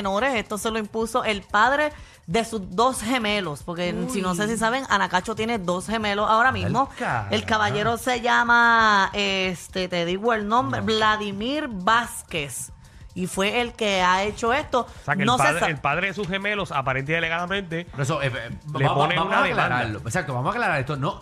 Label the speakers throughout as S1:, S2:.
S1: menores. Esto se lo impuso el padre de sus dos gemelos. Porque si no sé si saben, Anacacho tiene dos gemelos ahora mismo.
S2: cara-
S1: El caballero se llama, este, te digo el nombre, Vladimir Vázquez. Y fue el que ha hecho esto.
S3: O sea, que
S1: no
S3: el, padre,
S1: se sa-
S3: el padre de sus gemelos, aparente y alegadamente,
S2: Por eso, eh, eh,
S3: Le
S2: va- va-
S3: ponen
S2: vamos
S3: una
S2: a
S3: demanda.
S2: aclararlo. Exacto, vamos a aclarar esto. No,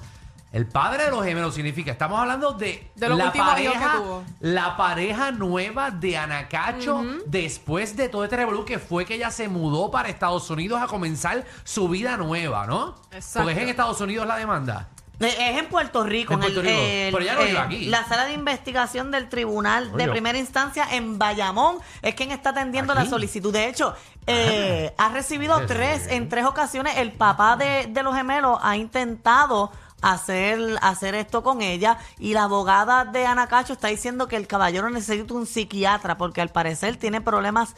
S2: el padre de los gemelos significa, estamos hablando de,
S4: De los
S2: la,
S4: últimos hijos que
S2: pareja,
S4: tuvo.
S2: la pareja nueva de Anacacho después de todo este revolú que fue que ella se mudó para Estados Unidos a comenzar su vida nueva, ¿no?
S4: Exacto.
S2: Porque es en Estados Unidos la demanda.
S1: Eh, Es en Puerto Rico,
S2: En Puerto
S1: el-
S2: Rico.
S1: el-
S2: Pero ya no
S1: eh,
S2: vive aquí.
S1: La sala de investigación del tribunal de
S3: Oye.
S1: primera instancia en Bayamón es quien está atendiendo la
S2: Aquí. Ah.
S1: solicitud. De hecho, eh, ha recibido
S2: Yes,
S1: tres,
S2: yes.
S1: en tres ocasiones el papá de, de los gemelos ha intentado hacer, hacer esto con ella y la abogada de Anacacho está diciendo que el caballero necesita un psiquiatra porque al parecer tiene problemas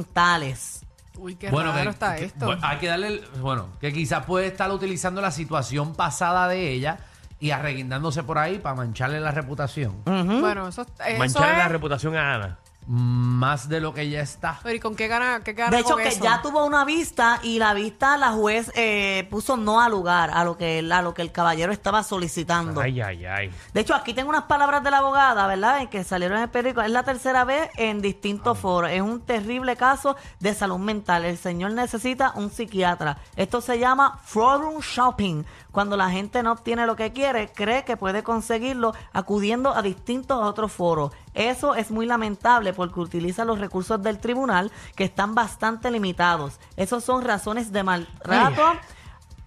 S1: mentales.
S4: Uy, qué
S2: bueno,
S4: raro
S2: que-
S4: está
S2: que-
S4: esto.
S2: bueno, ah. hay que darle, el- bueno, que quizás puede estar utilizando la situación pasada de ella y arreguindándose por ahí para mancharle la reputación.
S3: Mm.
S4: Bueno, eso, eso
S3: mancharle la
S4: es-
S3: reputación a Ana.
S2: Más de lo que ya está.
S4: Pero ¿y con qué gana, qué gana
S1: De hecho,
S4: con
S1: que
S4: eso?
S1: ya tuvo una vista y la vista la juez eh, puso no al lugar a lo que él- a lo que el caballero estaba solicitando.
S3: Ay, ay, ay.
S1: De hecho, aquí tengo unas palabras de la abogada, ¿verdad? En que salieron en el periódico. Es la tercera vez en distintos
S3: Ah.
S1: foros. Es un terrible caso de salud mental. El señor necesita un psiquiatra. Esto se llama forum shopping. Cuando la gente no obtiene lo que quiere, cree que puede conseguirlo acudiendo a distintos otros foros. Eso es muy lamentable porque utiliza los recursos del tribunal que están bastante limitados. Esos son razones de maltrato.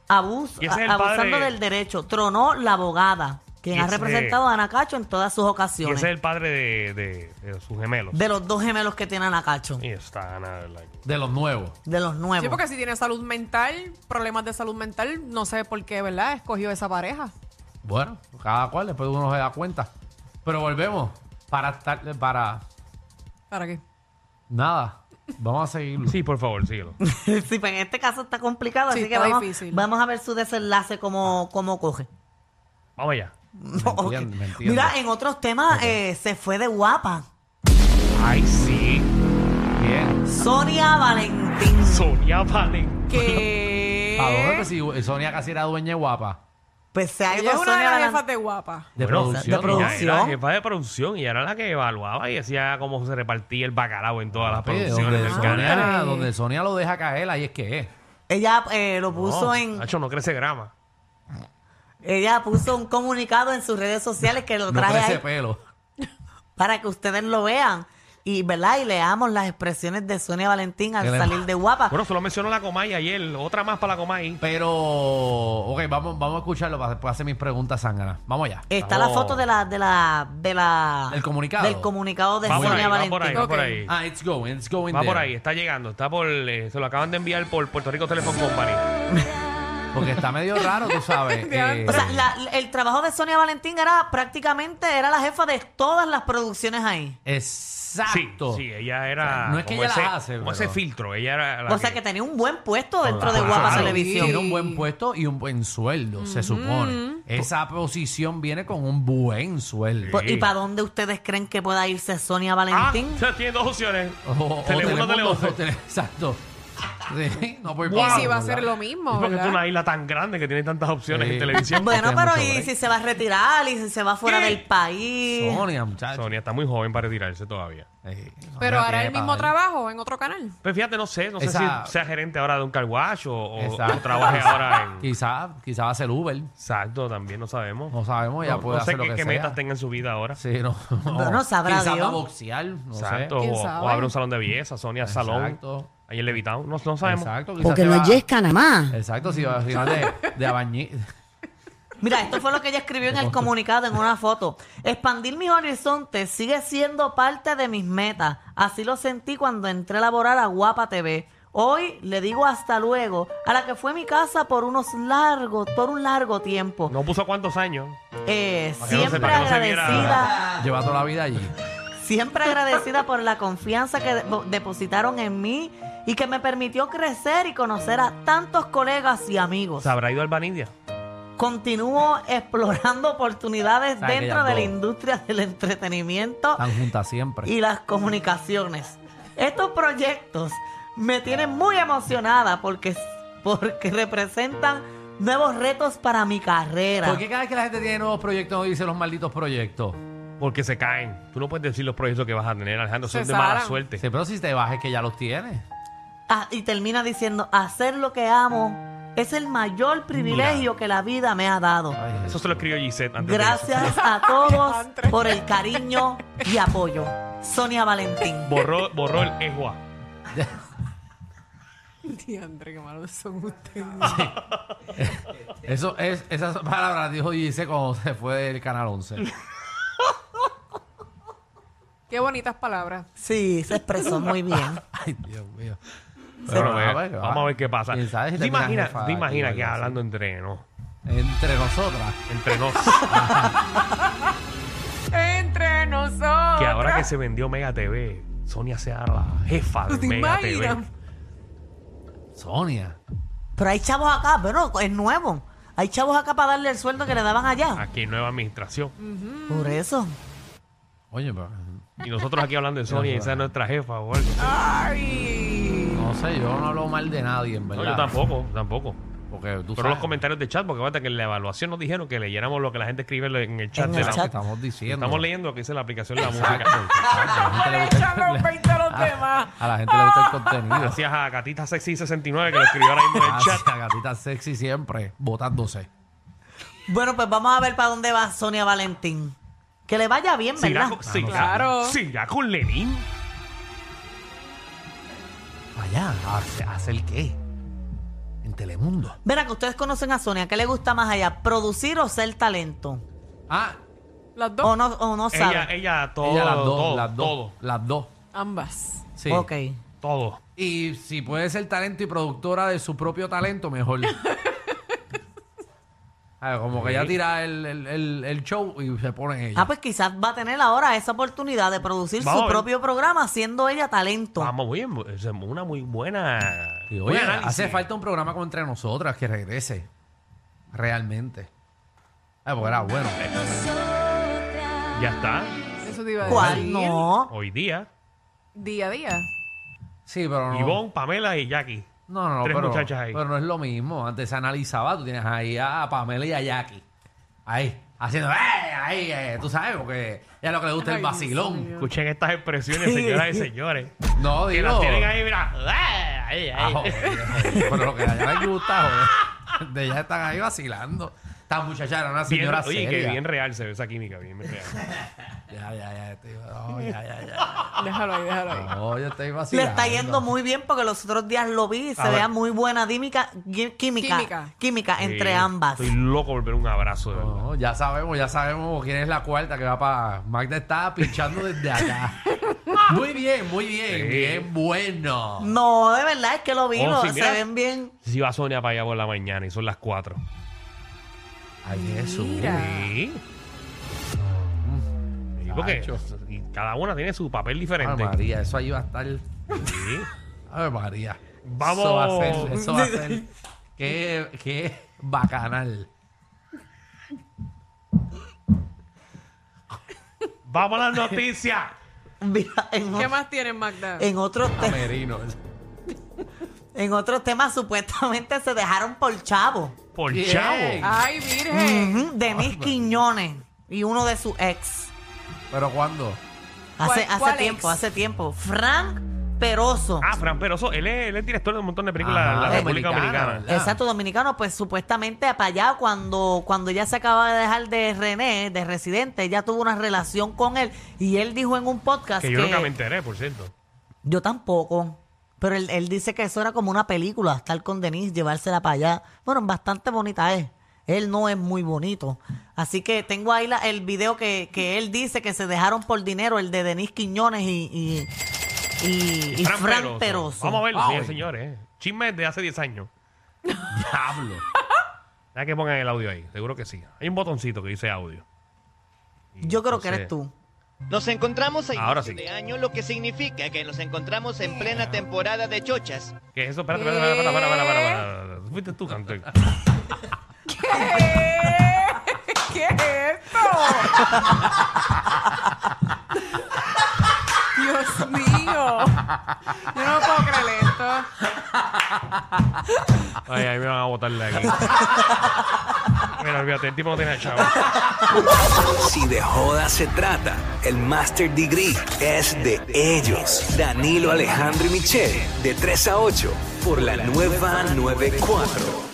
S1: Abuso,
S3: Y ese es el
S1: abusando
S3: padre-
S1: del derecho. Tronó la abogada, quien
S3: Y
S1: ha
S3: ese-
S1: representado a Anacacho en todas sus
S3: Y ese
S1: ocasiones.
S3: es el padre de, de- de sus gemelos.
S1: De los dos gemelos que tiene Anacacho,
S3: Y está Ana, de la-
S2: De los nuevos.
S1: de los
S4: Sí,
S1: nuevos.
S4: porque si tiene salud mental, problemas de salud mental, no sé por qué, ¿verdad? Escogió esa pareja.
S2: Bueno, cada cual, después uno se da cuenta. Pero volvemos para estar- para
S4: ¿Para qué?
S2: nada. Vamos a seguirlo.
S3: Sí, por favor, síguelo.
S1: Sí, pero en este caso está complicado,
S4: Sí,
S1: así que
S4: está
S1: vamos,
S4: difícil.
S1: vamos a ver su desenlace cómo, cómo coge.
S3: Vamos allá.
S2: Ah. Me entiendo, me entiendo.
S1: Mira, en otros temas eh, se fue de guapa.
S3: Ay, sí.
S2: Bien.
S1: Sonia Valentín.
S3: Sonia Valen.
S4: Que...
S2: ¿A dónde? Pues si Sonia casi era dueña de guapa.
S1: Pues se ha
S4: Ella
S1: ido
S4: es una de
S1: Sonia
S4: las
S1: Valentín.
S4: jefas de guapa.
S2: De
S3: Bueno,
S2: producción.
S1: de
S2: ¿no?
S3: Ella era
S1: ¿Producción?
S3: jefa de producción y era la que evaluaba y decía cómo se repartía el bacalao en todas las
S2: Sí,
S3: producciones
S2: donde,
S3: del canal.
S2: Sonia, donde Sonia lo deja caer, ahí es que es.
S1: Ella eh, lo
S3: No,
S2: Oh,
S1: puso en...
S3: Nacho, no crece grama.
S1: Ella puso un comunicado en sus redes sociales que lo
S2: No
S1: traje
S2: crece
S1: ahí
S2: pelo.
S1: para que ustedes lo vean. Y, ¿verdad? Y leamos las expresiones de Sonia Valentín al
S2: Que le-
S1: salir de guapa.
S3: Bueno, solo mencionó la Comay ayer. Otra más para la Comay.
S2: Pero, ok, vamos, vamos a escucharlo para después hacer mis preguntas sangranas. Vamos allá.
S1: Está la
S3: Oh.
S1: foto de la, de la, de la
S2: Del comunicado.
S1: Del comunicado de
S3: Va por
S1: Sonia
S3: ahí, va
S1: Valentín.
S3: por ahí, va por
S4: Ok.
S3: ahí.
S2: Ah, it's going, it's going.
S3: Va
S2: there.
S3: por ahí, está llegando. Está por, eh, se lo acaban de enviar por Puerto Rico Telephone Company.
S2: Porque está medio raro, tú sabes. eh,
S1: O sea, la- el trabajo de Sonia Valentín era prácticamente, era la jefa de todas las producciones ahí.
S3: Sí,
S2: exacto.
S3: sí, ella era.
S2: No es que
S3: como
S2: ella
S3: ese,
S2: las hace,
S3: como
S2: pero-
S3: ese filtro, ella era. la
S1: O sea que tenía un buen puesto
S2: Claro,
S1: dentro de Guapa
S2: claro.
S1: Televisión.
S2: Tiene un buen puesto y un buen sueldo, se supone. Esa posición viene con un buen sueldo.
S1: Por- Pues, ¿Y para dónde ustedes creen que pueda irse Sonia
S3: Ah,
S1: Valentín?
S3: tiene dos opciones.
S2: O- o Telemundo,
S3: Telemundo, Teleonce.
S2: o Tele- Exacto. Sí, no pues, voy
S4: Y si va a ser lo mismo,
S3: porque es
S4: ¿verdad?
S3: una isla tan grande que tiene tantas opciones
S2: Sí.
S3: en televisión.
S1: Bueno,
S2: Tenemos
S1: pero
S2: que
S1: ¿y
S2: break.
S1: si se va a retirar? ¿Y si se va fuera
S3: ¿Qué?
S1: del país?
S2: Sonia, muchachos.
S3: Sonia está muy joven para retirarse todavía.
S4: Pero hará el mismo trabajo en otro canal.
S3: Pero fíjate, no sé, no
S2: Esa-
S3: sé si sea gerente ahora de un carwash o, o- o
S2: Exacto.
S3: trabaje ahora en...
S2: Quizá, quizá va a ser Uber.
S3: Exacto, también no sabemos.
S2: No sabemos, ya
S3: No-
S2: puede
S3: no sé
S2: hacer lo
S3: qué,
S2: que
S3: qué
S2: sea.
S3: metas tenga en su vida ahora.
S2: Sí, no.
S1: Bueno, sabrá
S2: Quizá
S1: Dios.
S2: va a boxear, no
S3: Exacto,
S2: sé.
S4: ¿Quién
S3: o, o
S4: sabe?
S3: abre un salón de belleza, Sonia Salón,
S2: Exacto.
S3: ahí en Levitown, no, no sabemos.
S2: Exacto. quizá
S5: Porque
S2: se
S5: no
S2: va-
S5: es Yesca nada más.
S2: Exacto, si va al final de, de Abañi-
S1: Mira, esto fue lo que ella escribió en el comunicado, en una foto. Expandir mis horizontes sigue siendo parte de mis metas. Así lo sentí cuando entré a laborar a Guapa TV. Hoy le digo hasta luego a la que fue mi casa por unos largos, por un largo tiempo.
S3: No puso cuántos años.
S1: Eh,
S3: Para que no se-
S1: siempre
S3: para que no se viera-
S1: agradecida,
S2: Lleva toda la vida allí.
S1: siempre agradecida por la confianza que de- depositaron en mí y que me permitió crecer y conocer a tantos colegas y amigos.
S3: ¿Se habrá ido a Albanidia?
S1: Continúo explorando oportunidades
S2: Sabe que
S1: dentro
S2: ellas
S1: de la
S2: dos.
S1: industria del entretenimiento
S2: Están juntas siempre.
S1: y las comunicaciones. Estos proyectos me tienen muy emocionada porque, porque representan nuevos retos para mi carrera.
S2: ¿Por qué cada vez que la gente tiene nuevos proyectos no dice los malditos proyectos?
S3: Porque se caen. Tú no puedes decir los proyectos que vas a tener, Alejandro.
S4: Se
S3: Son de mala
S4: zaran.
S3: suerte.
S2: Sí, pero si te bajes que ya los tienes.
S1: Ah, y termina diciendo, hacer lo que amo es el mayor privilegio que la vida me ha dado.
S3: Eso se lo escribió Gisette antes de
S1: Gracias a todos por el cariño y apoyo. Sonia Valentín.
S3: irse. Borró, borró el ejua.
S4: Diandre, qué malos son ustedes.
S2: Eso es, esas palabras dijo dice cuando se fue del canal 11.
S4: Qué bonitas palabras.
S1: Sí, se expresó muy bien.
S2: Ay, Dios mío.
S3: Pero
S2: Pero
S3: a
S2: nada,
S3: ver,
S2: que va.
S3: pues, vamos a ver qué pasa.
S2: ¿Quién sabe si
S3: ¿Te
S2: termina
S3: imaginas,
S2: jefa
S3: te
S2: aquí o
S3: imaginas
S2: algo
S3: que
S2: así?
S3: hablando entre nos?
S2: Entre nosotras.
S3: Entre nos.
S4: Entre nosotros.
S3: que ahora que se vendió Mega TV, Sonia sea la jefa de
S4: ¿Te
S3: Mega TV.
S4: imaginas?
S2: Sonia.
S1: Pero hay chavos acá, bueno, es nuevo. Hay chavos acá para darle el sueldo que le daban allá.
S3: Aquí nueva administración.
S1: Por eso.
S2: Oye, pero
S3: Y nosotros aquí hablando de Sonia y esa es nuestra jefa o algo.
S4: Ay.
S2: no sé, yo no hablo mal de nadie, en
S3: No,
S2: verdad.
S3: yo tampoco, tampoco.
S2: Porque tú
S3: Pero
S2: sabes
S3: los comentarios de chat, porque acuérdate que en la evaluación nos dijeron que leyéramos lo que la gente escribe en el chat.
S1: En
S3: de
S1: el
S3: la-
S2: lo que
S1: chat.
S2: estamos diciendo.
S3: Estamos leyendo lo que dice la aplicación de la música.
S2: A la gente le gusta
S4: Échale
S2: el-
S4: un peito a los
S2: a-
S4: demás.
S2: A la gente le gusta el contenido.
S3: Gracias a Gatita Sexy 69 que lo escribió ahora mismo en el chat.
S2: Gracias, gatita sexy siempre, botándose.
S1: Bueno, pues vamos a ver para dónde va Sonia Valentín. Que le vaya bien,
S3: ¿Se irá
S1: ¿verdad?
S3: con- se irá-
S4: Claro.
S3: se irá con Lenin?
S2: Allá, ¿a hacer- a ¿hacer qué? En Telemundo.
S1: Verá que ustedes conocen a Sonia. ¿Qué le gusta más allá? ¿Producir o ser talento?
S2: Ah,
S4: Las dos.
S1: O no, o no sabe.
S3: Ella, ella, todo,
S2: ella las dos,
S3: todo,
S2: las dos,
S3: todo,
S2: las dos.
S4: Ambas.
S2: Sí.
S1: Ok.
S3: todo.
S2: Y si puede ser talento y productora de su propio talento, mejor. A ver, como que ella tira el, el- el- el show y se pone ella.
S1: Ah, pues quizás va a tener ahora esa oportunidad de producir
S3: Vamos a
S1: su
S3: ver.
S1: propio programa siendo ella talento.
S3: Vamos, muy bien, es una muy buena.
S2: Y,
S3: buen
S2: oye,
S3: pues, análisis.
S2: hace falta un programa como entre nosotras que regrese. Realmente. Ah, porque era bueno.
S3: Eh, Ya está,
S4: Eso te iba a decir.
S1: ¿Cuál? No.
S3: hoy día.
S4: Día a día.
S2: Sí, pero no.
S3: Ivonne, Pamela y Jackie.
S2: No, no, no,
S3: Tres
S2: pero,
S3: muchachas ahí.
S2: pero no es lo mismo. Antes se analizaba, tú tienes ahí a Pamela y a Jackie. Ahí, haciendo, ¡eh! Ahí, eh", tú sabes, porque ya lo que le gusta es el
S4: Ay,
S2: vacilón.
S3: Escuchen estas expresiones, señoras y señores.
S2: No,
S3: Que
S2: digo.
S3: las tienen ahí, mira. Ahí,
S2: Ah,
S3: ahí.
S2: joder, joder. pero lo que a ella le gusta, joder. De ellas están ahí vacilando. Esta muchacha era una
S3: Bien-
S2: señora
S3: oye, que
S2: seria.
S3: bien real se ve esa química, bien real.
S2: Ya, ya, ya, estoy- no, ya, ya, ya.
S4: Déjalo ahí, déjalo ahí.
S2: No, yo estoy
S1: Le
S2: vacilando.
S1: está yendo muy bien porque los otros días lo vi y se
S3: A ver.
S1: vea muy buena dímica- gui- química,
S4: Química.
S1: química, entre
S3: Sí,
S1: ambas.
S3: Estoy loco por ver un abrazo, de verdad.
S2: No, ya sabemos, ya sabemos quién es la cuarta que va para. Magda está pinchando desde acá. muy bien, muy bien,
S3: Sí.
S2: bien bueno.
S1: No, de verdad es que lo vi,
S3: Oh,
S1: lo-
S3: sí,
S1: se
S3: mira.
S1: ven bien.
S3: Si va Sonia para allá por la mañana y son las 4.
S2: Ay, eso.
S4: Mira.
S3: Sí. Sí, porque
S2: Cacho.
S3: y cada una tiene su papel diferente.
S1: Ah,
S2: Ave María, eso ahí va a estar.
S3: Sí.
S2: Ave María.
S3: Vamos.
S2: Eso va a ser. Eso va a ser. qué, qué bacanal.
S3: Vamos a las noticias.
S1: Mira, en,
S4: ¿Qué
S1: o-
S4: más tienen, Magda?
S1: en otros temas.
S2: Camerino.
S1: En otros temas, supuestamente se dejaron por chavo.
S3: Por
S2: Yeah.
S3: chavo.
S4: Ay, virgen.
S1: Ujú, Denis Quiñones y uno de sus ex.
S2: ¿Pero cuándo?
S1: Hace,
S4: ¿Cuál-
S1: hace
S4: cuál
S1: tiempo,
S4: ex?
S1: hace tiempo. Frank Peroso.
S3: Ah, Fran Peroso, él es, él es director de un montón de películas
S2: Ajá,
S3: de
S1: Ah,
S3: la República
S2: dominicana,
S3: Dominicana.
S2: ¿verdad?
S1: Exacto, dominicano, pues supuestamente para allá, cuando, cuando ella se acaba de dejar de René, de residente, ella tuvo una relación con él y él dijo en un podcast
S3: Que yo nunca me enteré, por cierto.
S1: Yo tampoco. Pero él, él dice que eso era como una película, estar con Denise, llevársela para allá. Bueno, bastante bonita es. Él no es muy bonito. Así que tengo ahí la- el video que, que él dice que se dejaron por dinero, el de Denise Quiñones y, y, y, y Fran Peroso.
S3: Vamos a verlo,
S2: Wow.
S3: señores, señores. Chismes de hace 10 años.
S2: Diablo.
S3: Deja que pongan el audio ahí, seguro que sí. Hay un botoncito que dice audio. Y
S1: Yo creo que
S3: entonces-
S1: eres tú.
S5: Nos encontramos a
S3: Ahora
S5: inicio
S3: sí.
S5: de año, lo que significa que nos encontramos en plena temporada de chochas.
S3: ¿Qué es eso? Espérate, espérate, espérate, espérate, espérate, espérate, espérate, espérate. Fuiste tú, cantor.
S4: ¿Qué? ¿Qué es esto? Dios mío. Yo no puedo creer esto.
S3: Ay, ahí me van a botar de aquí. Mira, olvídate, el tipo no tiene chavo.
S6: Si de joda se trata, el Master Degree es de ellos. Danilo Alejandro y Michelle, de 3 a 8, por la nueva 94.